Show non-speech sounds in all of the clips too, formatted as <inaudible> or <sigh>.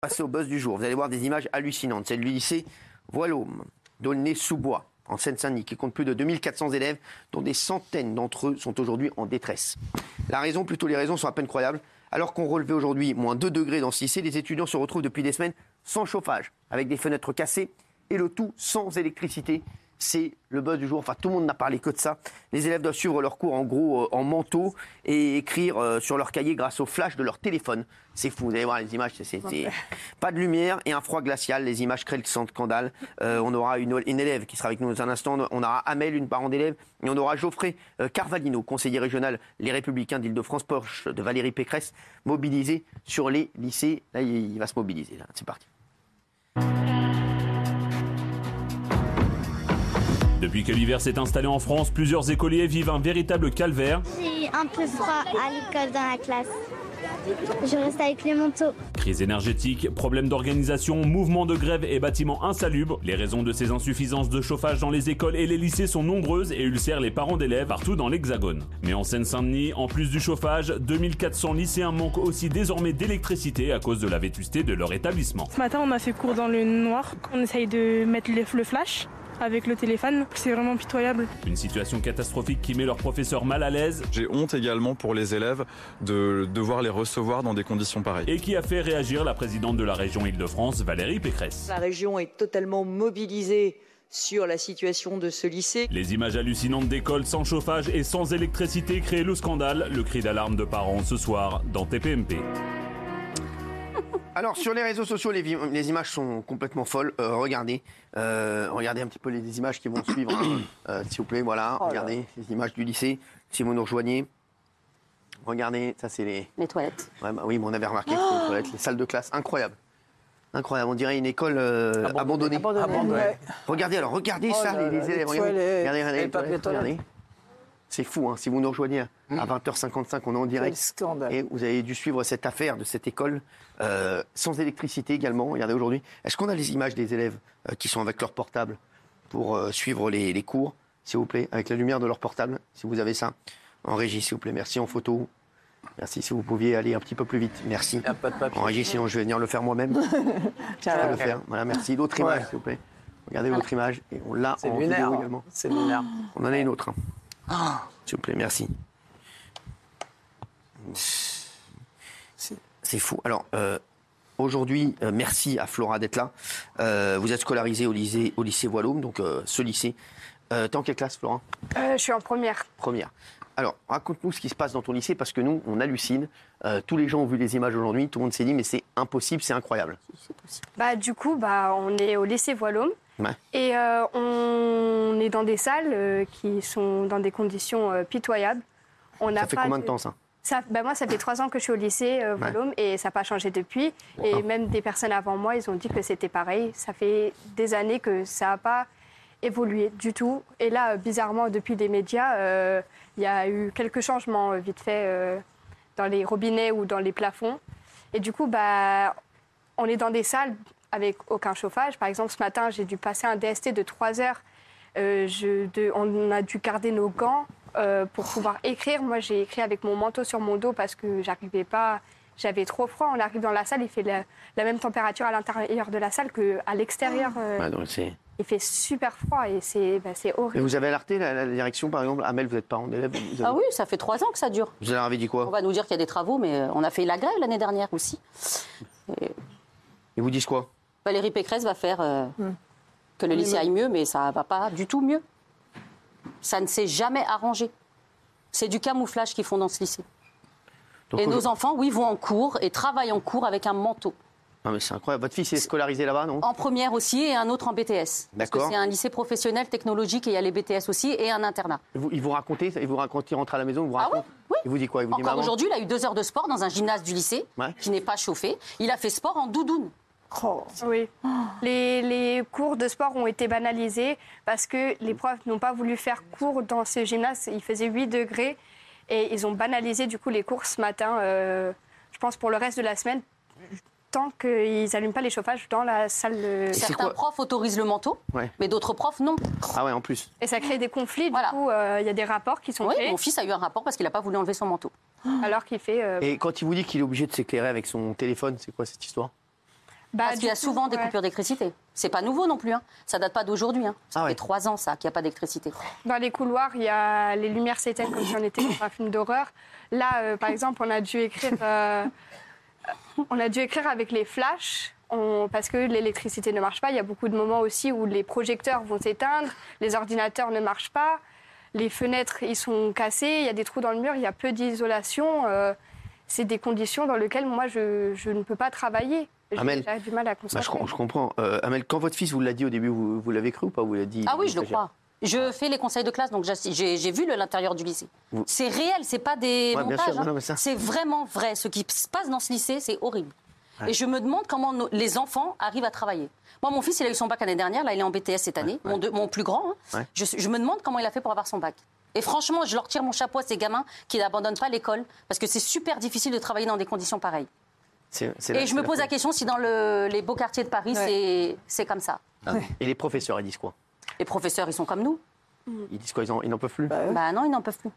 passer au buzz du jour. Vous allez voir des images hallucinantes. Celle du lycée Voilhomme, d'Aulnay-sous-Bois, en Seine-Saint-Denis, qui compte plus de 2400 élèves, dont des centaines d'entre eux sont aujourd'hui en détresse. La raison, plutôt les raisons, sont à peine croyables. Alors qu'on relevait aujourd'hui moins 2 degrés dans ce lycée, les étudiants se retrouvent depuis des semaines sans chauffage, avec des fenêtres cassées et le tout sans électricité. C'est le buzz du jour. Enfin, tout le monde n'a parlé que de ça. Les élèves doivent suivre leurs cours en gros euh, en manteau et écrire euh, sur leur cahier grâce au flash de leur téléphone. C'est fou. Vous allez voir les images. c'est- c'est- c'est- Pas de lumière et un froid glacial. Les images créent le scandale. Euh, on aura une, une élève qui sera avec nous dans un instant. On aura Amel, une parent d'élève. Et on aura Geoffrey euh, Carvalino, conseiller régional Les Républicains d'Île-de-France, proche de Valérie Pécresse, mobilisé sur les lycées. Là, il, il va se mobiliser. là. C'est parti. Depuis que l'hiver s'est installé en France, plusieurs écoliers vivent un véritable calvaire. J'ai un peu froid à l'école dans la classe. Je reste avec les manteaux. Crise énergétique, problèmes d'organisation, mouvements de grève et bâtiments insalubres. Les raisons de ces insuffisances de chauffage dans les écoles et les lycées sont nombreuses et ulcèrent les parents d'élèves partout dans l'Hexagone. Mais en Seine-Saint-Denis, en plus du chauffage, 2400 lycéens manquent aussi désormais d'électricité à cause de la vétusté de leur établissement. Ce matin, on a fait cours dans le noir. On essaye de mettre les- le flash avec le téléphone. C'est vraiment pitoyable. Une situation catastrophique qui met leurs professeurs mal à l'aise J'ai honte également pour les élèves de devoir les recevoir dans des conditions pareilles. et qui a fait réagir la présidente de la région Île-de-France, Valérie Pécresse. La région est totalement mobilisée sur la situation de ce lycée. Les images hallucinantes d'écoles sans chauffage et sans électricité créent le scandale, le cri d'alarme de parents ce soir dans TPMP. Alors sur les réseaux sociaux, les, vi- les images sont complètement folles. Euh, regardez, euh, regardez un petit peu les images qui vont suivre, <coughs> hein. Euh, s'il vous plaît. Voilà, Oh là. regardez les images du lycée. Si vous nous rejoignez, regardez, ça c'est les. Les toilettes. Ouais, bah oui, mais on avait remarqué que c'était les toilettes, les salles de classe, incroyable, incroyable. On dirait une école euh, abandonnée. Abandonnée. Ouais. Regardez alors, regardez Oh ça, là les, là, les élèves. les regardez, toilettes, regardez, regardez, les les papiers toilettes, toilettes. Mmh. regardez. C'est fou, hein, si vous nous rejoignez à 20h55, on est en Quel direct. scandale. Et vous avez dû suivre cette affaire de cette école euh, sans électricité également. Regardez aujourd'hui. Est-ce qu'on a les images des élèves euh, qui sont avec leur portable pour euh, suivre les, les cours, s'il vous plaît, avec la lumière de leur portable, si vous avez ça en régie, s'il vous plaît. Merci en photo. Merci si vous pouviez aller un petit peu plus vite. Merci. En régie, sinon je vais venir le faire moi-même. Je Tiens, vais là, le faire. Voilà, merci. L'autre image, Ouais. s'il vous plaît. Regardez l'autre image et on l'a C'est en lunaire. vidéo hein. également. C'est lunaire. On en a une autre. hein. Ah. S'il vous plaît, merci. C'est- C'est fou. Alors, euh, aujourd'hui, euh, merci à Flora d'être là. Euh, vous êtes scolarisée au lycée, au lycée Voilhomme, donc euh, ce lycée. Euh, T'es en quelle classe, Flora Euh, je suis en première. Première. Alors, raconte-nous ce qui se passe dans ton lycée, parce que nous, on hallucine. Euh, tous les gens ont vu les images aujourd'hui, tout le monde s'est dit, mais c'est impossible, c'est incroyable. Bah, du coup, bah, on est au lycée Voilhomme. Ouais. Et euh, on est dans des salles euh, qui sont dans des conditions euh, pitoyables. On n'a Ça fait pas combien de temps, ça ça, bah, Moi, ça fait trois ans que je suis au lycée euh, Voilhomme et ça n'a pas changé depuis. Wow. Et même des personnes avant moi, ils ont dit que c'était pareil. Ça fait des années que ça n'a pas évolué du tout. Et là, euh, bizarrement, depuis les médias, euh, il y a eu quelques changements euh, vite fait euh, dans les robinets ou dans les plafonds. Et du coup, bah, on est dans des salles avec aucun chauffage. Par exemple, ce matin, j'ai dû passer un DST de 3 heures. Euh, je- de- on a dû garder nos gants euh, pour pouvoir écrire. Moi, j'ai écrit avec mon manteau sur mon dos parce que j'arrivais pas. J'avais trop froid. On arrive dans la salle, il fait la, la même température à l'intérieur de la salle qu'à l'extérieur. Euh, Ouais, donc c'est- Il fait super froid et c'est bah, c'est Et horrible. Vous avez alerté la, la direction, par exemple Amel, vous êtes parent d'élève vous avez- Ah oui, ça fait trois ans que ça dure. Vous leur avez dit quoi On va nous dire qu'il y a des travaux, mais euh, on a fait la grève l'année dernière aussi. Ils vous disent quoi Valérie Pécresse va faire euh, Mm. que le lycée aille mieux, mais ça va pas du tout mieux. Ça ne s'est jamais arrangé. C'est du camouflage qu'ils font dans ce lycée. Donc, et aujourd'hui- nos enfants, oui, vont en cours et travaillent en cours avec un manteau. Ah, mais c'est incroyable. Votre fils est scolarisé là-bas, non En première aussi et un autre en BTS. Parce que D'accord. c'est un lycée professionnel technologique et il y a les BTS aussi et un internat. Ils vous, ils vous racontaient, ça ils vous racontent, ils rentrent à la maison, ils vous Ah oui racontent. Oui. Ils vous disent quoi Ils vous disent, Encore maman, aujourd'hui, il a eu deux heures de sport dans un gymnase du lycée Ouais. qui n'est pas chauffé. Il a fait sport en doudoune. Oh. Oui. Les, les cours de sport ont été banalisés parce que les profs n'ont pas voulu faire cours dans ces gymnases. Il faisait 8 degrés et ils ont banalisé du coup les cours ce matin. euh, je pense pour le reste de la semaine, tant qu'ils n'allument pas les chauffages dans la salle. de- c'est Certains quoi profs autorisent le manteau, Ouais. mais d'autres profs non. Ah ouais, en plus. Et ça crée des conflits. Voilà. Du coup, euh, il y a des rapports qui sont Oui, Oh. faits mon fils a eu un rapport parce qu'il n'a pas voulu enlever son manteau. alors qu'il fait. euh, Et quand il vous dit qu'il est obligé de s'éclairer avec son téléphone, c'est quoi cette histoire Bah, Parce qu'il y a du coup, souvent des ouais. coupures d'électricité. C'est pas nouveau non plus. Hein. Ça date pas d'aujourd'hui. Hein. Ça Ah ouais. Oh, fait trois ans ça qu'il n'y a pas d'électricité. Dans les couloirs, il y a les lumières s'éteignent comme si on était dans un film d'horreur. Là, euh, par exemple, on a dû écrire, euh, on a dû écrire avec les flashs. on- parce que l'électricité ne marche pas. Il y a beaucoup de moments aussi où les projecteurs vont s'éteindre, les ordinateurs ne marchent pas, les fenêtres ils sont cassées, il y a des trous dans le mur, il y a peu d'isolation. euh, c'est des conditions dans lesquelles moi je, je ne peux pas travailler. J'ai Amel. déjà du mal à Bah, je, concentrer. com- je comprends. Euh, Amel, quand votre fils vous l'a dit au début, vous, vous l'avez cru ou pas Vous l'avez dit Ah oui, je le stagiaire crois. Je fais les conseils de classe, donc j'assi- j'ai j'ai vu le- l'intérieur du lycée. Vous- C'est réel, c'est pas des Ouais, bien montages. sûr, non, hein. mais ça- C'est vraiment vrai. Ce qui se passe dans ce lycée, c'est horrible. Ouais. Et je me demande comment nos- les enfants arrivent à travailler. Moi, mon fils, il a eu son bac l'année dernière. Là, il est en BTS cette année. Mon, deux- mon plus grand. hein. Ouais. Je, je me demande comment il a fait pour avoir son bac. Et franchement, je leur tire mon chapeau à ces gamins qui n'abandonnent pas l'école parce que c'est super difficile de travailler dans des conditions pareilles. C'est- c'est la- Et je me c'est pose la question si dans le- les beaux quartiers de Paris, Ouais. c'est- c'est comme ça. Et les professeurs, ils disent quoi Les professeurs, ils sont comme nous. Ils disent quoi Ils en- ils n'en peuvent plus Bah non, ils n'en peuvent plus.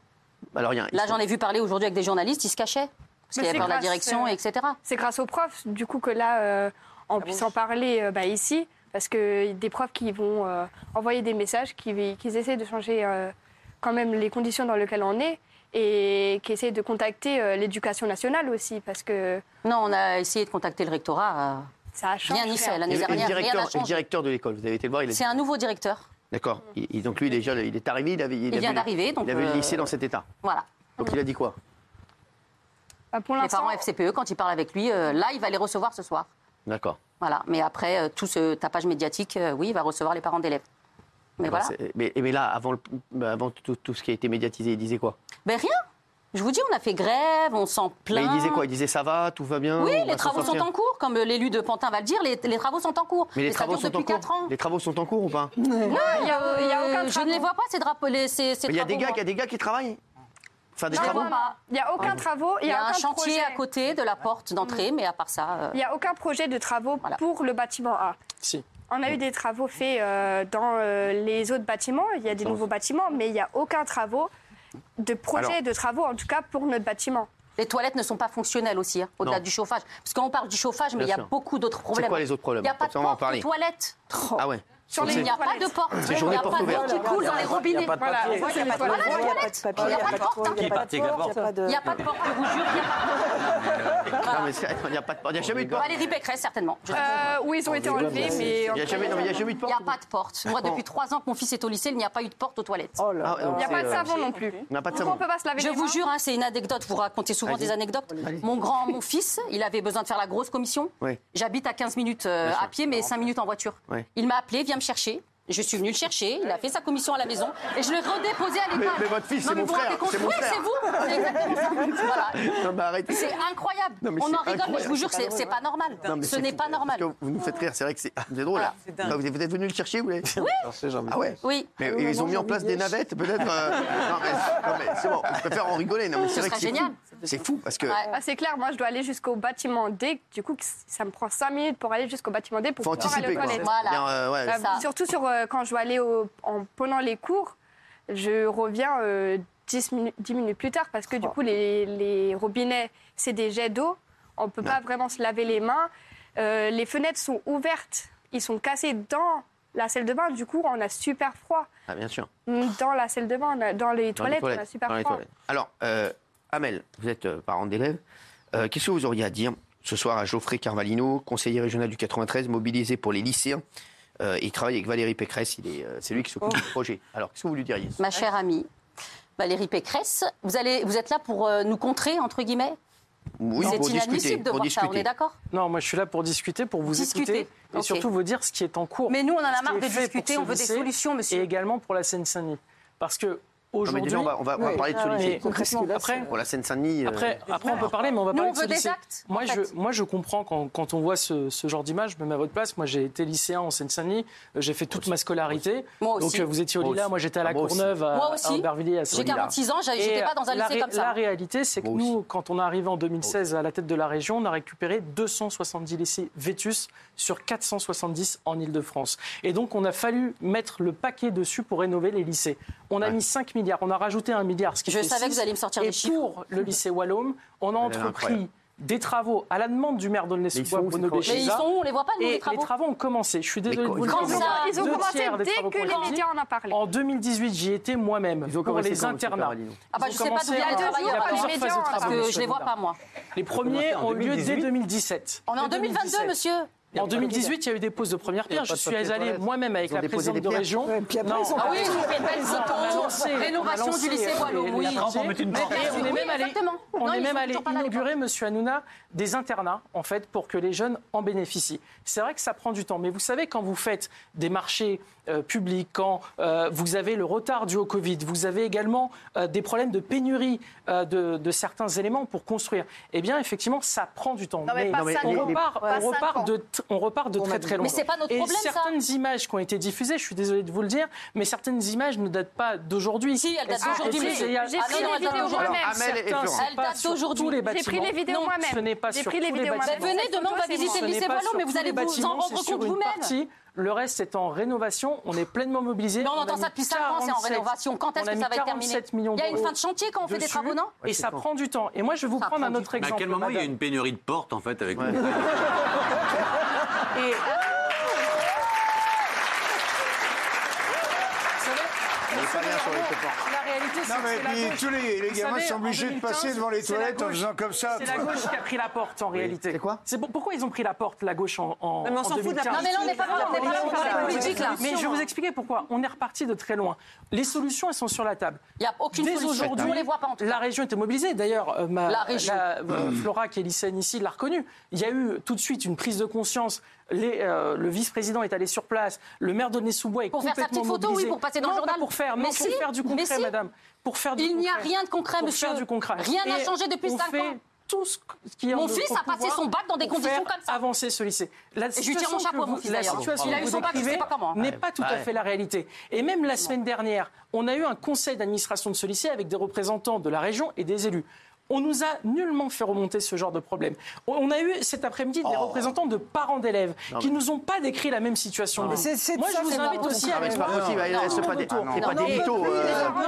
Alors, il y a un- Là, j'en ai vu parler aujourd'hui avec des journalistes, ils se cachaient. Parce Mais qu'il y avait c'est peur de la grâce, direction, euh, etc. C'est grâce aux profs, du coup, que là, euh, Ah en puissant parler euh, bah, ici, parce que des profs qui vont euh, envoyer des messages, qui, qui essaient de changer euh, quand même les conditions dans lesquelles on est et qui essaient de contacter euh, l'éducation nationale aussi, parce que Non, on a essayé de contacter le rectorat. euh, ça a changé. Rien n'y fait, hein. Et l'année le, et le dernière. Rien n'a directeur, et le changé. directeur de l'école, vous avez été le voir, il a dit- C'est un nouveau directeur. D'accord. Il- il- donc lui, déjà, il est arrivé, il avait, il Il a vient vu- d'arriver, donc, Il avait le euh, lycée dans cet état. Voilà. Donc il a dit quoi Bah, pour Les l'instant, parents FCPE, E, quand ils parlent avec lui, euh, là, il va les recevoir ce soir. D'accord. Voilà. Mais après, euh, tout ce tapage médiatique, euh, oui, il va recevoir les parents d'élèves. Mais Bah, voilà. c'est- Mais, mais là, avant, le- bah, avant tout, tout ce qui a été médiatisé, il disait quoi Mais rien. Je vous dis, on a fait grève, on s'en Mais plaint. il disait quoi Il disait ça va, tout va bien Oui, on va les s'en travaux sont sortir en cours, comme l'élu de Pantin va le dire, les, les travaux sont en cours. Mais les Et ça travaux dure sont en depuis cours. 4 ans. Les travaux sont en cours ou pas Mais il y a- il y a aucun Euh, Je travaux. ne les vois pas, ces, drapeaux, les- ces, ces Il y a des travaux, gars, moi. il y a des gars qui travaillent. Enfin, des Je les travaux. vois pas. il n'y a aucun travaux, il Il n'y y a, a un aucun chantier projet. à côté de la porte d'entrée, mais à part ça. euh, Il n'y a aucun projet de travaux Voilà. pour le bâtiment A. Si. On a eu des travaux faits euh, dans euh, les autres bâtiments. Il y a des nouveaux bâtiments, mais il n'y a aucun travaux de projet Alors- de travaux, en tout cas pour notre bâtiment. Les toilettes ne sont pas fonctionnelles aussi, hein, au-delà Non. du chauffage. Parce qu'on parle du chauffage, mais Bien il y a sûr. beaucoup d'autres problèmes. C'est quoi les autres Il problèmes n'y a pas Comme de ça, on va en porte parler. de toilette. Ah ouais. Sur Il n'y a pas de porte. Il n'y journée a porte pas d'eau ouverte. qui coule dans les robinets. Voilà, ça, c'est les toilettes. Voilà, Il n'y a pas de papier, il n'y a pas de porte. hein. Il n'y a pas de porte, il n'y a pas de... Il n'y a pas de porte, je vous jure. il y a pas Non, mais c'est- attends, il n'y a pas de porte. Il n'y a jamais eu de de- porte. Valérie Pécresse, certainement. Je- Euh, oui, ils ont été enlevés, mais Il n'y a jamais Ah. non, mais il y a jamais eu de Il porte. n'y a pas de porte. Moi, depuis trois ans que mon fils est au lycée, il n'y a pas eu de porte aux toilettes. Oh là Ah, donc il n'y a c'est, pas de euh, savon non plus. On n'a pas de Pourquoi on savon. ne peut pas se laver Je les vous mains jure, hein, c'est une anecdote. Vous racontez souvent Vas-y. des anecdotes. Vas-y. Mon grand, mon fils, il avait besoin de faire la grosse commission. Ouais. J'habite à 15 minutes euh, Bien sûr. à pied, mais 5 minutes en voiture. Ouais. Il m'a appelé, viens me chercher. Je suis venue le chercher, il a fait sa commission à la maison et je l'ai redéposé à l'école. mais votre fils, Non, c'est mais mon vous vous frère, rendez compte c'est mon Oui, frère. c'est vous, c'est exactement ça. Voilà. Non, mais arrêtez. C'est incroyable. Non, mais On c'est en rigole, mais je incroyable. vous jure, c'est c'est pas normal. Non, mais Ce c'est n'est fou. pas normal. Parce que Vous nous faites rire, c'est vrai que c'est ah, c'est drôle. là. c'est dingue. Ah, Vous êtes vous êtes venu le chercher, vous l'avez Ah ouais Oui. Mais oui, ils maman, ont mis j'ai en place oublié. des navettes, peut-être euh, <laughs> Non, mais, non, mais c'est bon, je préfère en rigoler. Non, mais c'est Ce vrai que serait c'est génial. fou. C'est fou parce que. Ouais. Ah, c'est clair, moi je dois aller jusqu'au bâtiment D. Du coup, ça me prend 5 minutes pour aller jusqu'au bâtiment D pour Faut pouvoir aller anticiper aux quoi. toilettes. Voilà. Bien, euh, ouais, Euh, ça. Surtout sur, euh, quand je dois aller au- en pendant les cours, je reviens euh, 10, minu- 10 minutes plus tard parce que Oh. du coup, les, les robinets, c'est des jets d'eau. On ne peut pas vraiment se laver les mains. Euh, les fenêtres sont ouvertes. Ils sont cassés dans la salle de bain. Du coup, on a super froid. ah, bien sûr. Dans la salle de bain, on a- dans les Dans toilettes, les on a super dans les froid. toilettes. Alors, euh, Amel, vous êtes euh, parent d'élèves. Euh, Qu'est-ce que vous auriez à dire ce soir à Geoffrey Carvalino, conseiller régional du 93, mobilisé pour les lycéens Euh, Il travaille avec Valérie Pécresse, il est, euh, c'est lui qui Oh. s'occupe du projet. Alors, qu'est-ce que vous lui diriez Ma chère amie Valérie Pécresse, vous, allez, vous êtes là pour euh, nous contrer, entre guillemets Oui, C'est inadmissible de pour voir ça, on discuter. est d'accord Non, moi je suis là pour discuter, pour vous Discuter, écouter et ok. surtout vous dire ce qui est en cours. Mais nous, on en Ce a qui marre est de fait pour discuter, ce on veut des lycée solutions, et monsieur. également pour la Seine-Saint-Denis. Parce que Non, mais aujourd'hui. déjà, on va, on va- on va Oui. parler de ce Ah ouais. lycée. Concrètement, après, Pour la Seine-Saint-Denis. euh, après, après, on peut parler, mais on va Nous, parler on de ce veut des lycée. actes. Moi en je, fait. moi, je comprends quand, quand on voit ce, ce genre d'image, même à votre place. Moi, j'ai été lycéen en Seine-Saint-Denis, euh, j'ai fait toute ma scolarité. Moi aussi. Donc, euh, vous étiez au Moi Lila, aussi. moi, j'étais à la Ah, moi aussi. Courneuve, à, Moi aussi. à Aubervilliers, à J'ai Saint-Denis. 46 ans, j'a- Et j'étais pas dans un la lycée ré- comme ça. La réalité, c'est que Moi nous, quand on est arrivé en 2016 à la tête de la région, on a récupéré 270 lycées Vétus sur 470 en Ile-de-France. Et donc, on a fallu mettre le paquet dessus pour rénover les lycées. On a mis 5 milliards, on a rajouté 1 milliard. Ce qui Je fait savais que six. vous alliez me sortir Et les chiffres. pour le lycée Wallom, on a Elle est incroyable. entrepris des travaux à la demande du maire d'Aulnay-sous-Bois, Mais ils sont où, Bruno ces travaux Mais ils Béchiza. sont où On les voit pas, nous, Et les travaux ont commencé. Je suis désolé de quoi, vous ils le ont dire. commencé Ils ont Deux commencé tiers des dès travaux que les conduits. médias en ont parlé. En 2018, j'y étais moi-même pour les internats. Ah bah Ils je ont sais pas d'où commencé vient à- les deux travaux. il y a jours, apparemment, plusieurs les phases de médias, Parce travaux. que monsieur je les vois Godard. pas, moi. Les premiers ont eu lieu dès 2017. On est en Dès 2022, monsieur. En 2018, il y a eu des poses de première Il y a pierre. pas Je de suis papier allé toilette. moi-même avec Ils ont la déposé présidente des de pierres. région. Non. Ah oui, ils ont fait une belle On a photo. lancé- on a Rénovation lancé, du lycée euh, Wallon. les- Oui, les appartements. Et on est Oui, même allé, exactement. on Non, est ils même sont allé toujours pas là, les inaugurer, Monsieur Hanouna, des internats en fait pour que les jeunes en bénéficient. C'est vrai que ça prend du temps, mais vous savez quand vous faites des marchés euh, publics, quand euh, vous avez le retard dû au Covid, vous avez également euh, des problèmes de pénurie euh, de, de certains éléments pour construire. Eh bien, effectivement, ça prend du temps. Non, mais pas mais cinq on les- ans. repart, Pas on cinq repart ans. bah, de, t- on repart de On m'a très dit. très loin. Mais c'est pas notre Et problème, ça. certaines images qui ont été diffusées, je suis désolé de vous le dire, mais certaines images ne datent pas d'aujourd'hui. Si, elles datent Ah, d'aujourd'hui, et puis, monsieur. il y a- J'ai ah, pris non, les non, vidéos attends, moi-même. alors, Amel et certains, Florent. c'est Elles pas datent sur d'aujourd'hui. tous les J'ai pris bâtiments. les vidéos Non, moi-même. Ce n'est pas J'ai sur pris les tous vidéos Ben, bâtiments. moi-même. venez demain, on va C'est moi. visiter le Ce n'est lycée pas Wallon, sur mais vous tous allez les vous en bâtiments, rendre c'est sur compte une vous-même. partie. Le reste, c'est en rénovation. On est pleinement mobilisé. Mais on entend ça depuis 5 ans, c'est en rénovation. Quand est-ce que ça va être terminé millions Il y a une d'euros fin de chantier quand on fait des dessus, travaux, non Et ça prend du temps. Et moi, je vais vous Ça prendre prend un du autre Mais à exemple. quel moment il y a madame. une pénurie de portes, en fait, avec Ouais. Et- Vous Mais pas savez- bien sur les copains. La réalité, c'est Non, que mais c'est la puis gauche. tous les, les Vous gamins savez, sont en obligés de 2015, passer devant les c'est la toilettes en gauche. faisant comme ça. C'est la gauche qui a pris la porte en réalité. C'est quoi C'est pour- pourquoi ils ont pris la porte, la gauche en. en mais on en s'en fout de la 2015. Non, mais là, on n'est pas on n'est pas là pour parler politique, là. Mais je vais vous expliquer pourquoi. On est reparti de très loin. Les solutions, elles sont sur la table. Il n'y a aucune Dès solution. aujourd'hui, on les voit pas en tout La cas. région était mobilisée. D'ailleurs, euh, ma- La région. <clears throat> euh, Flora, qui est lycéenne ici, l'a reconnue. Il y a eu tout de suite une prise de conscience. Les, euh, le vice-président est allé sur place. Le maire de sous bois est Pour faire sa complètement petite photo, oui, mobilisé. pour passer dans le Non, journal. Pas pour faire, non, Mais pour si, faire du mais concret, si. madame. Pour faire du Il n'y a concret. rien de concret, Pour monsieur. faire du concret. Rien n'a Et changé depuis on cinq fait ans. Tout ce qui est en Mon notre fils a passé pouvoir son bac dans des pour conditions faire comme ça. Avancer celui-ci. La je lui tire situation mon chapeau, que vous- mon fils, La d'ailleurs. situation Il a que eu vous son bac, je sais décrivez pas comment. n'est pas tout à ouais. fait la réalité. Et même la semaine dernière, on a eu un conseil d'administration de ce lycée avec des représentants de la région et des élus. On nous a nullement fait remonter ce genre de problème. On- On a eu cet après-midi des représentants de parents d'élèves qui nous ont pas décrit la même situation. Mais c'est- c'est Moi, ça, je vous c'est invite pas aussi possible. à Ah, mais aller c'est pas voir possible, non, allez, c'est non, pas des- autour. c'est pas Non, des non, mythos. euh, Non, Il non, était Vous non, non, dites non, que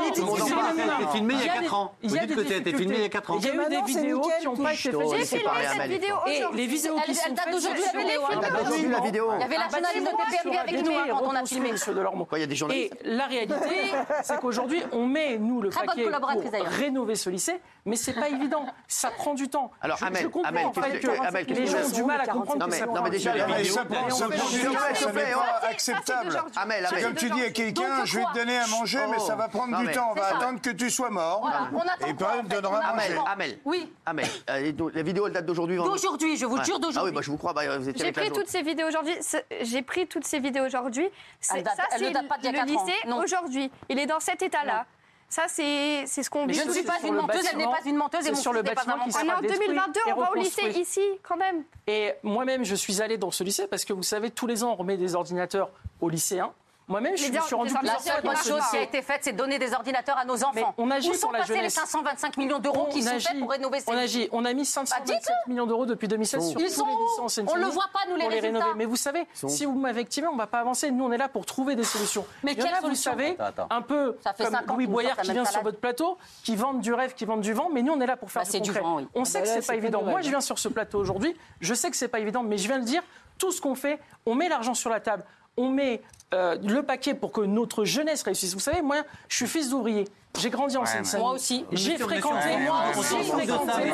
non, t'as été non. filmé il y a des- quatre ans. Il Vous y a dites des que t'as été difficultés. filmé il y a quatre ans. Il y a eu Maintenant, des c'est vidéos nickel, qui n'ont pas été Pichot, faites. J'ai c'est filmé pas réel, cette allez. Et vidéo aujourd'hui. les vidéos Elle- qui sont elle date faites, d'aujourd'hui, je elle vais les est faite. voir. Elle date Un d'aujourd'hui, la bâtiment- vidéo. Il y avait la un bâtiment journaliste de sur TPMP la avec détruite nous et hein, quand on a reconstruit, filmé. monsieur Delormeau. Quoi, il y a des Et journalistes la réalité, c'est qu'aujourd'hui, on met, nous, le Très bonne paquet collaboratrice, pour d'ailleurs. rénover ce lycée, mais c'est pas évident. Ça prend du temps. Alors, je, Amel, je comprends Amel, en fait, qu'est-ce que- que Amel, les qu'est-ce gens que- ont du mal à comprendre Non, que mais- ça non, prend mais un déjà, temps. la- Non, mais ça prend- ça prend S'il du vous temps, plaît, s'il ça vous n'est plaît, pas hein. acceptable. Ah, mais, là, C'est mais- comme tu dis à quelqu'un, Donc, je vais te quoi donner à manger, Oh. mais ça va prendre Non, du mais- temps. On va c'est ça. attendre que tu sois mort. Voilà, on attend Et quoi, puis, en on te fait donnera On à manger. Amel, attend. Amel. Oui, Amel, euh, donc, la vidéo, elle date d'aujourd'hui, vraiment d'aujourd'hui, je vous Ouais. jure Ah oui, d'aujourd'hui. bah, je vous crois, bah, vous êtes J'ai avec la pris journée. toutes ces vidéos aujourd'hui. C'est- J'ai pris toutes ces vidéos aujourd'hui. C'est- Elle date- ça, elle ne c'est date pas d'il y a le quatre ans. lycée Non. aujourd'hui. Il est dans cet état-là. Ça, c'est c'est ce qu'on Mais vit. Je ne tous suis les pas jours. sur une le menteuse, elle n'est pas bâtiment, une menteuse et c'est mon sur fils le n'est pas bâtiment vraiment qui On est sera en 2022, détruit et on va au lycée reconstruit. ici, quand même. Et moi-même, je suis allé dans ce lycée parce que vous savez, tous les ans, on remet des ordinateurs aux lycéens. Moi-même, je Les me or- suis rendu les La plusieurs fois ordinateurs seule qui dans bonne ce marchent chose pas. qui a lycée. été faite, c'est de donner des ordinateurs à nos Mais enfants. on agit Où sont pour la passés les jeunesse. 525 millions d'euros qui On sont faits agit. pour rénover ces On agit. On a mis 527 dites-le. millions d'euros depuis 2016 sur Ils tous sont les où licences On le NCNI voit pas, nous, les pour les résultats. rénover. Mais vous savez, sont où si vous m'invectivez, on ne va pas avancer. Nous, on est là pour trouver des solutions. Mais Il y en quelle a, vous solution savez, Attends, attends. un peu Ça fait comme 50 Louis qu'ils nous Boyard sortent la qui même vient sur salade. votre plateau, qui vendent du rêve, qui vendent du vent, mais nous, on est là pour faire Bah, c'est du du concret. vent, oui. Ah, On sait que là, c'est pas c'est pas évident. normal. Moi, je viens sur ce plateau aujourd'hui, je sais que c'est pas évident, mais je viens le dire, tout ce qu'on fait, on met l'argent sur la table, on met euh, le paquet pour que notre jeunesse réussisse. Vous savez, moi, je suis fils d'ouvrier. J'ai grandi en Seine-Saint-Denis. Moi aussi. J'ai Monsieur, fréquenté. monsieur, Moi monsieur, aussi, j'ai monsieur, fréquenté. monsieur, monsieur, il J'ai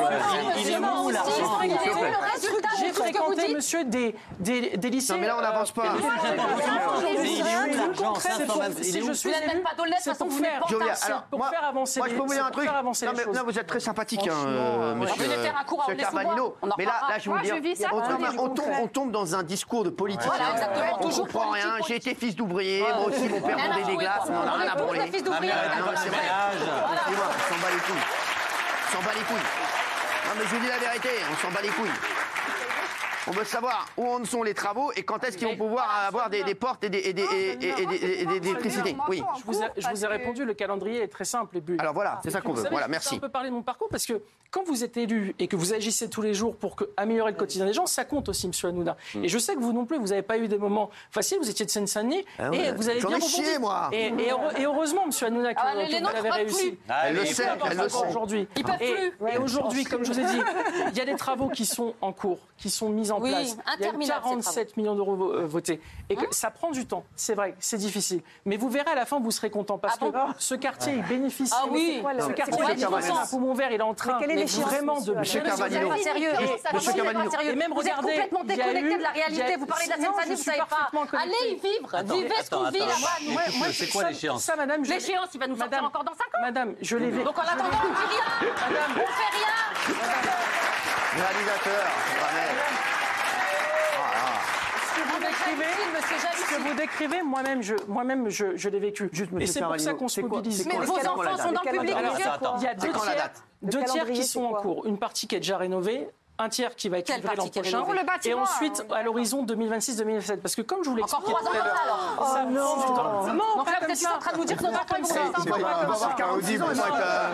est où, là fréquenté- Il est J'ai où le résultat de tout ce que vous fréquenté, dites monsieur, des, des, des lycées. Non, mais là, on euh, n'avance pas. Mais il est où, l'argent c'est pour- 520 si Il est je où suis Vous n'êtes élu, même pas d'honnête, de toute c'est façon, pour vous n'êtes faire- pas en c'est Jolia, retard. alors, pour moi- faire avancer Moi, je les- peux vous dire un c'est pour truc. faire avancer Non, les mais choses. là, vous êtes très sympathique, hein, Franchement, euh, euh, monsieur. venez faire un cours à monsieur Aulnay-sous-Bois. Carbanino. On en Mais là, reparlera. là, je vais vous Moi, dire, je vis ça, on, moi, tombe, je vis on tombe- on tombe dans un discours de politicien. Voilà, exactement, On toujours comprend politique, rien. J'ai politique. été fils d'ouvrier. Moi aussi, mon père Elle a vendait des trouvé, glaces. On quoi. en a On est rien à tous branler. des fils d'ouvriers. Ah, mais arrêtez Non, mais pas le c'est vrai. ménage. Excusez-moi, on s'en bat les couilles. On s'en bat les couilles. Non, mais je vous dis la vérité, on s'en bat les couilles. On veut savoir où en sont les travaux et quand est-ce qu'ils vont pouvoir avoir des, des portes et des, et des, Ah, et- et- et- et- et- et- des- des électricités. Oui. Je vous, ai, je vous ai répondu, le calendrier est très simple. Et Alors voilà, c'est ça qu'on veut. Voilà, merci. un peu parler de mon parcours parce que quand vous êtes élu et que vous agissez tous les jours pour que- améliorer le quotidien des gens, ça compte aussi, monsieur Hanouna. Mm. Et je sais que vous non plus, vous n'avez pas eu des moments faciles, vous étiez de Seine-Saint-Denis Ah et ouais, vous avez j'en bien ai chié, rebondi. moi. Et, et heureux- et heureusement, monsieur Hanouna, que, Ah, les- que les vous nôtres l'avez pas réussi. plus. Ah, Elle le Et sait, pourquoi elle pas le encore sait. Aujourd'hui. Ils peuvent Et- plus. Et aujourd'hui, comme je vous ai dit, il y a des travaux qui sont en cours, qui sont mis en Oui, place. Il y a eu interminables, ces travaux. Hein 47 7 millions d'euros vo- euh, votés. Et que ça prend du temps, c'est vrai, c'est difficile. Mais vous verrez à la fin, vous serez content parce que ce quartier, il bénéficie. Ah oui. Mais c'est C'est quoi, quoi là la Ce quartier, différence un poumon vert, il est en train Mais quelle est mais l'échéance, vraiment de monsieur bien- Carvalho. Vous êtes pas sérieux. Et- Monsieur Carvalho. Et même Vous êtes regardez, complètement il y a eu- déconnecté il de la y a- réalité. Vous parlez de la Non, Seine-Saint-Denis, je vous suis savez pas. parfaitement connecté. Allez y vivre. Attendez, Vivez ce qu'on attends, vit attends. là-bas, nous. Moi- moi, euh, C'est je- quoi ça- l'échéance Ça, madame, je- L'échéance, il va nous sortir Madame, encore dans 5 ans. Madame, je l'ai vu. Donc en attendant, on ne dit rien. Madame. On fait rien. Réalisateur, Ravel. Ce que vous décrivez, ce que vous décrivez, moi-même, je, moi-même, je, je l'ai vécu. et monsieur c'est pour ça Carvalho, qu'on se c'est quoi- mobilise. c'est Mais quoi- vos c'est quand enfants la date sont dans le public, Alors, monsieur Attends, Il y a attends. C'est deux quand la tiers, date deux tiers qui calendrier, sont c'est en quoi cours, une partie qui est déjà rénovée. Un tiers qui va être Quelle livré l'an partie hein, qui est prochain. rénovée Pour le et bâtiment, ensuite, à l'horizon 2026-2027. Parce que comme je vous l'ai expliqué trois ans tout à de retard, l'heure, alors. ça Oh non. prend du temps. Non, Donc pas là, comme vous êtes ça. en train de nous dire que nos Pas enfants, comme ils vont ça. rester C'est encore pas comme ça. longtemps. Ils vont avoir qu'un Audi pour Non. être,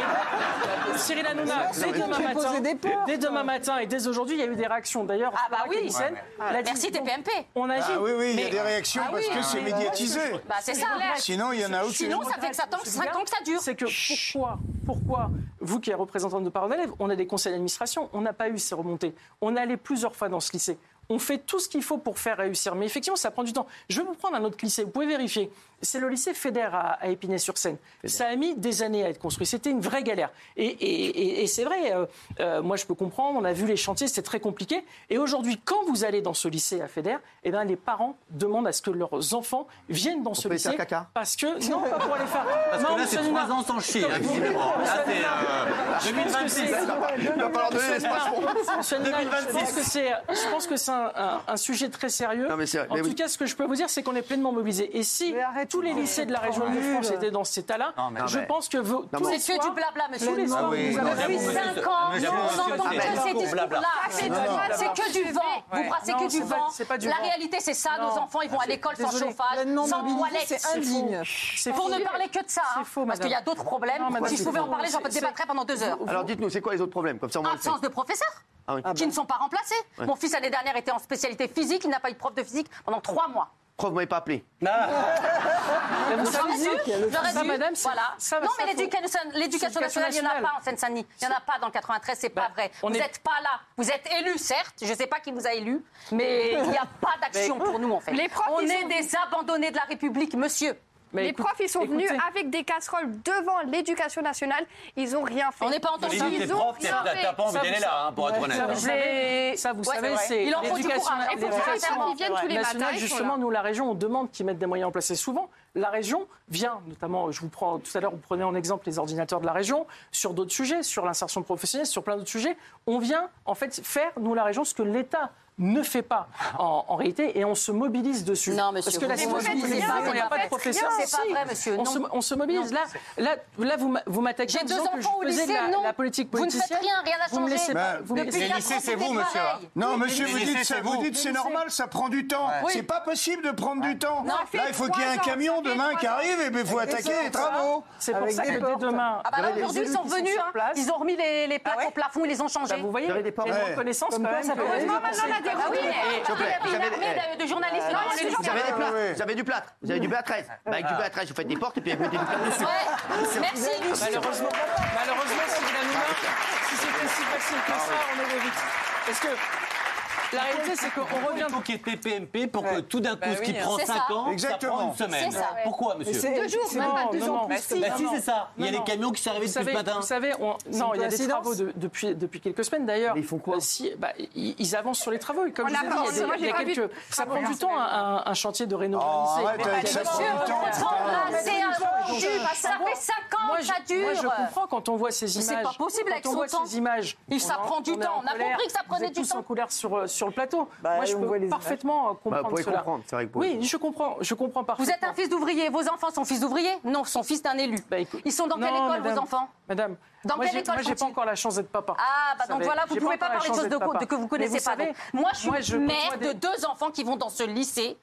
Et- Cyril Hanouna, Bah, C'est dès vrai. demain Tu poses matin, des peurs, dès demain matin et dès aujourd'hui, il y a eu des réactions. D'ailleurs, Ah bah oui. Capucine, Ouais. l'a dit. Merci TPMP. On agit. Ah oui, oui, il y a Mais- des réactions Ah parce oui, que hein. c'est médiatisé. Bah, c'est ça. Sinon, il y en a aucune. Sinon, ça fait que ça tente 5 ans que ça dure. C'est que pourquoi, pourquoi, vous qui êtes représentant de parents d'élèves, on a des conseils d'administration, on n'a pas eu ces remontées. On est allé plusieurs fois dans ce lycée. On fait tout ce qu'il faut pour faire réussir. Mais effectivement, ça prend du temps. Je vais vous prendre un autre lycée, vous pouvez vérifier. C'est le lycée Fédère à, à Épinay-sur-Seine. Ça a mis des années à être construit. C'était une vraie galère. Et, et- et- et c'est vrai, euh, euh, moi je peux comprendre, on a vu les chantiers, c'était très compliqué. Et aujourd'hui, quand vous allez dans ce lycée à Fédère, eh ben, les parents demandent à ce que leurs enfants viennent dans ce peut y faire lycée. caca Parce que, non, pas pour aller faire. Parce que Non, là, c'est monsieur Hanouna. trois ans sans chier, hein, Monsieur visiblement. Là, Hanouna, c'est, euh, je pense que 2026. c'est- Il va falloir donner l'espace pour- Monsieur Hanouna, Je pense 2026. que c'est, je pense que c'est un, un- un sujet très sérieux. c'est vrai, en mais tout oui. cas, ce que je peux vous dire, c'est qu'on est pleinement mobilisés. Et si tous les lycées de la région de France étaient dans cet état-là, Non, mais- je non, mais- pense que vous. Non, tous mais- les C'est que soirs- du blabla, monsieur. tous les soirs, Ah oui, vous non, avez j'avoue, 5 monsieur. ans, Monsieur, on monsieur, entend monsieur, que monsieur, ces discours-là. C'est Non, non, c'est que du vent. Ouais. Vous brassez Non, que du c'est pas- vent. c'est pas du La vent. réalité, c'est ça. Nos Non. enfants, ils vont à l'école sans Désolée. chauffage, Le non sans mobilisé, toilette. c'est indigne. Bah, C'est Pour faux. ne parler que de ça. hein. faux, Parce madame. qu'il y a d'autres problèmes. Non, madame, Si je c'est pouvais en faux. parler, j'en C'est- débattrais pendant deux heures. Alors dites-nous, c'est quoi les autres problèmes Comme ça, on va le Absence faire. de professeurs Ah oui. ben. qui ne sont pas remplacés. Ouais. Mon fils, l'année dernière, était en spécialité physique. Il n'a pas eu de prof de physique pendant trois mois. Prof, vous m'avez pas appelé. Mais vous savez, J'aurais dû, qu'il y a le- j'aurais ça, dû, madame, c'est- voilà. ça, non, ça, mais faut- l'éducation, l'éducation l'éducation nationale, il n'y en a nationale. Bah, pas en Seine-Saint-Denis. Il n'y en a pas dans le 93, c'est pas vrai. on Vous est- n'êtes pas là. Vous êtes élu, certes. Je ne sais pas qui vous a élu, mais il n'y a pas d'action Mais- pour nous, en fait. Les profs, on ils est ont- des abandonnés de la République, monsieur. bah, les profs, ils sont venus avec des casseroles devant l'éducation nationale. Ils n'ont rien fait. On n'est pas entendu. Ils Tes ont profs, t'es- rien t'as fait. t'as pas envie d'aller là, hein, pour être honnête. Ça, vous savez, ça, vous Ouais, savez, c'est c'est vrai. Il en faut du l'éducation courage. Il faut du l'éducation courage. Ils viennent tous les nationale, matins, ils sont Justement, là. nous, la région, on demande qu'ils mettent des moyens en place. Et souvent, la région vient, notamment, je vous prends tout à l'heure, vous prenez en exemple les ordinateurs de la région, sur d'autres sujets, sur l'insertion professionnelle, sur plein d'autres sujets. On vient, en fait, faire, nous, la région, ce que l'État ne fait pas en, en réalité et on se mobilise dessus. Non, monsieur, Parce que la vous vous situation, mobilisez pas, il n'y a c'est pas pas de professeur. vrai. C'est pas Si. vrai, monsieur, On non. se, on se mobilise. Là, là, là, vous m'a- vous m'attaquez J'ai en deux disant que je enfants au faisais de lycée, la, non. la politique Vous ne politicienne. faites rien, rien n'a Vous me changé. laissez pas. Ben, vous me les laissez pas. lycées, c'est vous, monsieur, hein. Non, Oui, monsieur, mais vous les dites, lycées, ça, c'est vous vous. dites c'est normal, ça prend du temps. Oui. C'est pas possible de prendre du temps. Non, ça fait Là, il faut qu'il y ait un trois ans, camion ça fait demain qui trois ans. arrive et ben, il faut Avec des attaquer les sortes, hein. travaux. C'est pour ça que dès demain. Ah bah là, vous avez aujourd'hui, des ils sont élus qui venus. sur hein. place. Ah Ils ont remis les, les plaques au plafond, ils les ont changées. Bah, vous voyez, Il y avait des il y a parents. une reconnaissance quand même. que- Heureusement, maintenant, on a Ah oui, mais- des routines. Il y Vous avait une avez- armée de- de journalistes. Ah, Euh, dans les vous journalistes. avez des plâtres, vous avez du plâtre, vous avez du B13. Bah, avec du B13, vous faites des portes et puis vous mettez du plâtre. Ouais. Merci. Malheureusement, malheureusement Cyril Hanouna, si c'était si facile que ça, on aurait vite. Parce que la réalité, c'est qu'on revient. Il faut qu'il y ait TPMP pour que tout d'un coup, Bah ce oui, qui hein. prend C'est 5 ça. ans, Exactement. ça prend une semaine. C'est ça. Pourquoi, Mais c'est- monsieur Deux jours, Non, même pas non, deux non, ans. mais plus. Bah si, non, c'est ça. Il y a non, les camions qui sont arrivés Vous depuis ce savez, matin. Vous savez, on- C'est non, une il y a des coïncidence. travaux de- depuis, depuis quelques semaines d'ailleurs. Mais ils font quoi Euh, si, bah, ils, ils avancent sur les travaux. Et Comme On je vous a ai pas- dit, il y a moi, des- il y a j'ai pas vu de quelques- ça prend travaux. du temps un, un chantier de Oh, rénovation. arrête avec ça, ça prend du temps. Monsieur, putain. là, c'est un rendu. Ça fait 5 ans Moi, que ça je- dure. moi, je comprends quand on voit ces Mais images. c'est pas possible quand avec on son voit temps. ces images. Et ça on en- prend du on est temps. en On a colère. compris que ça Vous prenait êtes du tous temps. en colère sur, euh, sur le plateau. Bah, Moi, je on voit peux les parfaitement euh, comprendre Bah, vous pouvez cela. comprendre, c'est vrai que vous pouvez oui, je comprends, je comprends parfaitement. Vous êtes un fils d'ouvrier, vos enfants sont fils d'ouvriers Non, son fils d'un élu. Ils sont dans quelle Bah, Non, école, madame. vos enfants Madame, Dans moi, quelle j'ai- école Moi, j'ai pas sont-ils encore la chance d'être papa. Ah, bah Vous donc savez, voilà, vous j'ai pouvez encore pas la parler de chance choses de d'être co- papa. de que vous Mais connaissez vous pas. savez, donc. moi, je suis moi, je mère côtoie des- de deux enfants qui vont dans ce lycée,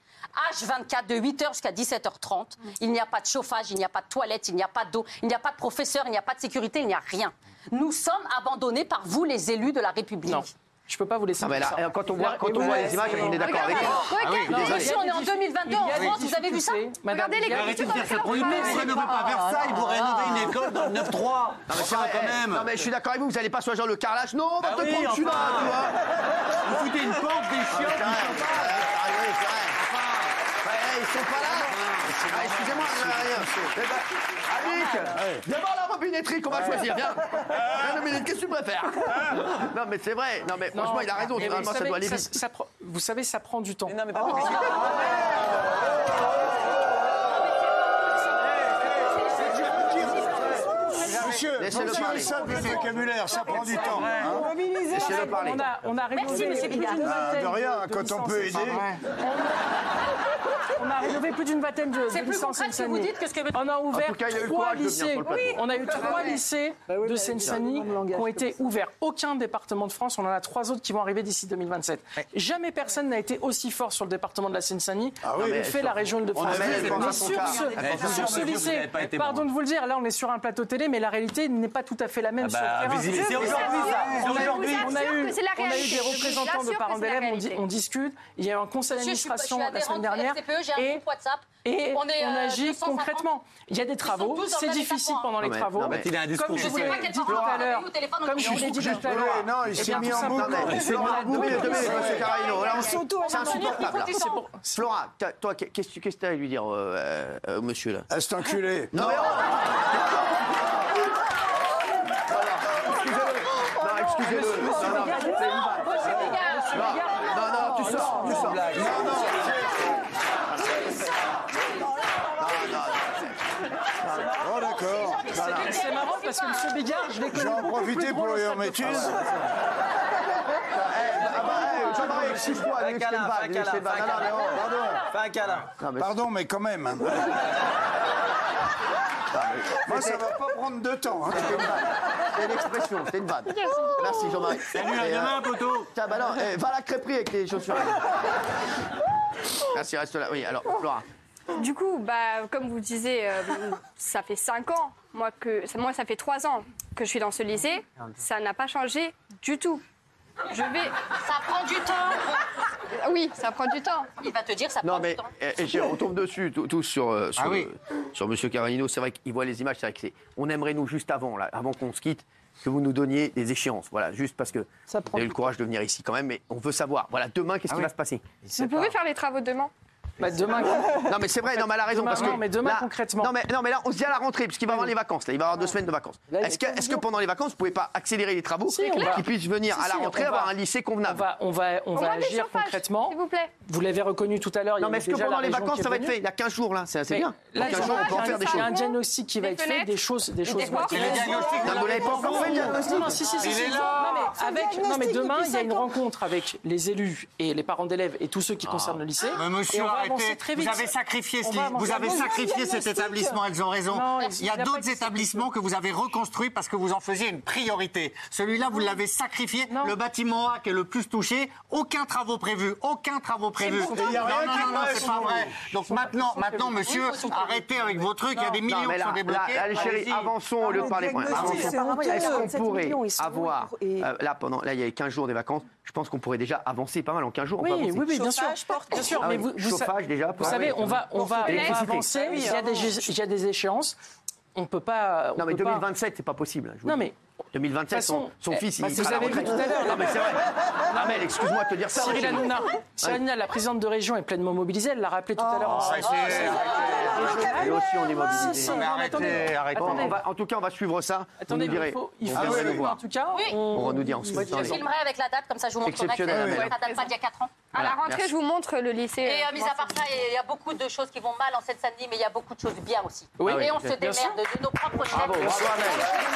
âge 24, de 8h jusqu'à 17h30. Il n'y a pas de chauffage, il n'y a pas de toilette, il n'y a pas d'eau, il n'y a pas de professeur, il n'y a pas de sécurité, il n'y a rien. Nous sommes abandonnés par vous, les élus de la République. Je peux pas vous laisser. Ah, mais là, dire ça. euh, quand on voit- quand on voit les images, on est d'accord avec elle. Ah oui, Regarde, désolé. monsieur, on est en 2022 en Il y a des France, vous avez vu ça difficultés, madame. Regardez les Arrêtez de dire ça pour une Mais mère. Ah, Vous c'est rénovez pas- pas Versailles, vous Ah. rénovez une école dans le 9-3. Non mais, c'est Enfin, vrai, quand eh, même. non, mais je suis d'accord avec vous, vous allez pas soit genre le carrelage, non, on va Ah te oui, prendre celui-là, enfin. tu vois. Vous foutez une porte, des chiottes, Ah, c'est du vrai, champagne. ouais, ouais, c'est vrai. Enfin, ouais, eh, ils sont pas là. Ah, Excusez-moi, je Ah, rien. Amic, viens voir la robinetterie qu'on va choisir, viens. Viens, Dominique, qu'est-ce que tu préfères Ah. Non mais c'est vrai, non mais franchement, il a raison, mais vous normalement ça savez, doit aller ça- vite. ça prend- Vous savez, ça prend du temps. Monsieur, Laissez-le monsieur, parler. ça, le vocabulaire, ça prend du temps. Ah. hein. Laissez-le parler. On a, on a Merci, rénové monsieur plus d'une Bigard. Ah, vingtaine de rien, de quand on peut licences. aider. On a rénové plus d'une vingtaine de, C'est de plus licences concret ce que vous Seine-Saint-Denis. dites que ce que- On a En ouvert tout cas, il y a eu le trois courage de venir lycées. sur le plateau. Oui. On a eu Ah trois ouais. lycées de Seine-Saint-Denis qui ont été ouverts. Aucun département de France, on en a trois autres qui vont arriver d'ici 2027. Jamais personne n'a été aussi fort sur le département de la Seine-Saint-Denis Ah comme oui, le fait la région de on France. avait Mais les sur Français Francards. Eh, ce, sur sur ce ce vous, vous lycée, n'avez pas été pardon bon. de vous le dire, là on est sur un plateau télé, mais la réalité n'est pas tout à fait la même Ah sur bah, le terrain. visible- c'est aujourd'hui, ça. C'est On a eu- aujourd'hui. on a eu- que c'est la on a eu réalité. des représentants Je vous de parents assure que c'est la d'élèves, on dit- réalité. on discute. Il y a eu un conseil Monsieur, je suis- d'administration je suis la semaine adhérente dernière. du FCPE, E, j'ai un et- groupe WhatsApp. Et on, On est, euh, agit 250. concrètement. Il y a des travaux, tous dans le c'est même difficile état, pendant les Non, mais- travaux. non, mais- Il a un discours Comme je vous coupé. l'ai dit tout à l'heure, comme je vous l'ai dit tout à l'heure, Ouais, non, il eh s'est bien, mis tout en simplement, boucle. on Il s'est mis en a boucle, donné- il Tenez, monsieur Carino, là, on- c'est insupportable. là. C'est pour- Flora, t'as- toi, qu'est-ce que tu as à lui dire, euh, euh, euh, monsieur là Ah, cet enculé. Non, mais Non, excusez-le. Non, non, c'est une vanne. Non, non, tu sors, tu sors. Non, non. Oh, d'accord. Voilà. C'est c'est marrant parce que M. Bégard, je l'ai Je vais connu en beaucoup plus profiter gros pour dans lui le en salle de métier. travail. Eh, Jean-Marie, excuse-moi, lui, explique câlin, pas, fais un lui, câlin, explique pas. fais un Non, non, câlin. mais oh, pardon. Fais un câlin. Pardon, mais quand même. hein. Moi, ça va pas prendre de temps. hein. C'est une expression, c'est une vanne. Merci Jean-Marie. Salut, à Et, euh, demain, poteau. Tiens, <laughs> bah non, eh, va à la crêperie avec tes chaussures. Merci, reste là. Oui, alors, Flora. Du coup, bah, comme vous le disiez, euh, ça fait 5 ans, moi, que, moi ça fait 3 ans que je suis dans ce lycée. Ça n'a pas changé du tout. Je vais... euh, Ça prend du temps. Oui, ça prend du temps. Il va te dire ça Non, prend mais du temps. eh, eh, on tombe dessus, tous tous sur, euh, sur, Ah oui. euh, sur Monsieur Carolino. C'est vrai qu'il voit les images, c'est vrai que c'est. On aimerait, nous, juste avant, là, avant qu'on se quitte, que vous nous donniez des échéances. Voilà, juste parce que vous avez eu le courage de venir ici quand même, mais on veut savoir. Voilà, demain, Ah qu'est-ce qui va se passer Vous pouvez faire les travaux demain Bah, demain, Non, mais c'est vrai, non, mais elle a raison. Demain, parce que non, mais demain, là- concrètement. Non mais, non, mais là, on se dit à la rentrée, parce qu'il va avoir les vacances. Là, il va avoir deux semaines de vacances. Là, il y a Est-ce que, quinze est-ce que pendant les vacances, vous pouvez pas accélérer les travaux Si, on va- qu'ils puissent venir Si, à la si, on rentrée va- avoir un lycée On convenable va, on va, on Au va moins des agir chauffages, concrètement. S'il vous plaît. Vous l'avez reconnu tout à l'heure. il y Non, a mais est-ce que déjà pendant les la région vacances, qui est ça va être venue. fait Il y a 15 jours, là, c'est c'est Mais bien. là, Dans 15 ils jours, ont- on peut en faire des Il y choses. a un diagnostic qui va Des être fait, des fenêtres, choses, des des choses portes. matérielles. Il y a le diagnostic. Non, vous l'avez pas encore fait, le diagnostic Non, non, si, si, si, Il si. est Non, là. mais avec- C'est le non, mais diagnostic demain, depuis il y a une cinq ans. rencontre avec les élus et les parents d'élèves et tous ceux qui concernent le lycée. Mais et monsieur, on va avancer arrêtez. très vite. Vous avez sacrifié, ce On va lit- avancer. vous avez Non, mais il y sacrifié a cet diagnostic. établissement, elles ont raison. Non, il y a pas d'autres de- établissements que vous avez reconstruits parce que vous en faisiez une priorité. Celui-là, vous l'avez sacrifié. Non. Le bâtiment A qui est le plus touché, aucun travaux prévus, aucun travaux prévus. pourtant- Il y a non, rien non, qui non, non, presse, c'est pas non. vrai. Donc maintenant, maintenant, monsieur, arrêtez avec vos trucs. Il y a des millions Non, mais qui là, sont débloqués. là, là, les chéris, Allez-y. avançons au lieu de le parler. diagnostic, Avançons. c'est honteux. Est-ce Sept qu'on pourrait millions, ils sont- avoir, et- euh, là, pendant, là, il y a 15 jours des vacances, je pense qu'on pourrait déjà avancer pas mal en 15 jours. on Oui, peut avancer. oui, oui, bien sûr. Chauffage, porte- Bien sûr, Ah mais oui, vous, vous sa- chauffage, déjà, Vous ah savez, oui, on va, on va, on va Électricité. avancer. Il y a des, il y a des échéances. On peut pas. on Non, mais peut pas- 2027, c'est pas possible. hein, je vous Non, dis. mais 2027, son, façon, son eh, fils, bah, il vous sera à la avez vu retraite. tout à l'heure, Non, mais <laughs> c'est vrai. Amel, excuse-moi de te dire ça. Cyril mais c'est- Hanouna, Cyril Hanouna, la présidente de région est pleinement mobilisée. Elle l'a rappelé tout à l'heure. en Ah, séance. c'est- Et aussi, on est mobilisé. Mais Non, mais arrêtez, attendez. arrêtez. Bon, Attendez. on va- en tout cas, on va suivre ça. Attendez, vous nous direz. il faut, il faut on viendra que- nous voir. En tout cas, Oui. On va nous dire ensuite. Je filmerai avec la date, comme ça je vous montrerai que Exceptionnel. euh, ça date pas d'il y a 4 ans. À la rentrée, merci. je vous montre le lycée. Et euh, euh, mis à part ça, il y a beaucoup de choses qui vont mal en Seine-Saint-Denis, mais il y a beaucoup de choses bien aussi. Oui. et on Ah se oui, démerde de nos propres chefs. Bravo, bravo, Amel.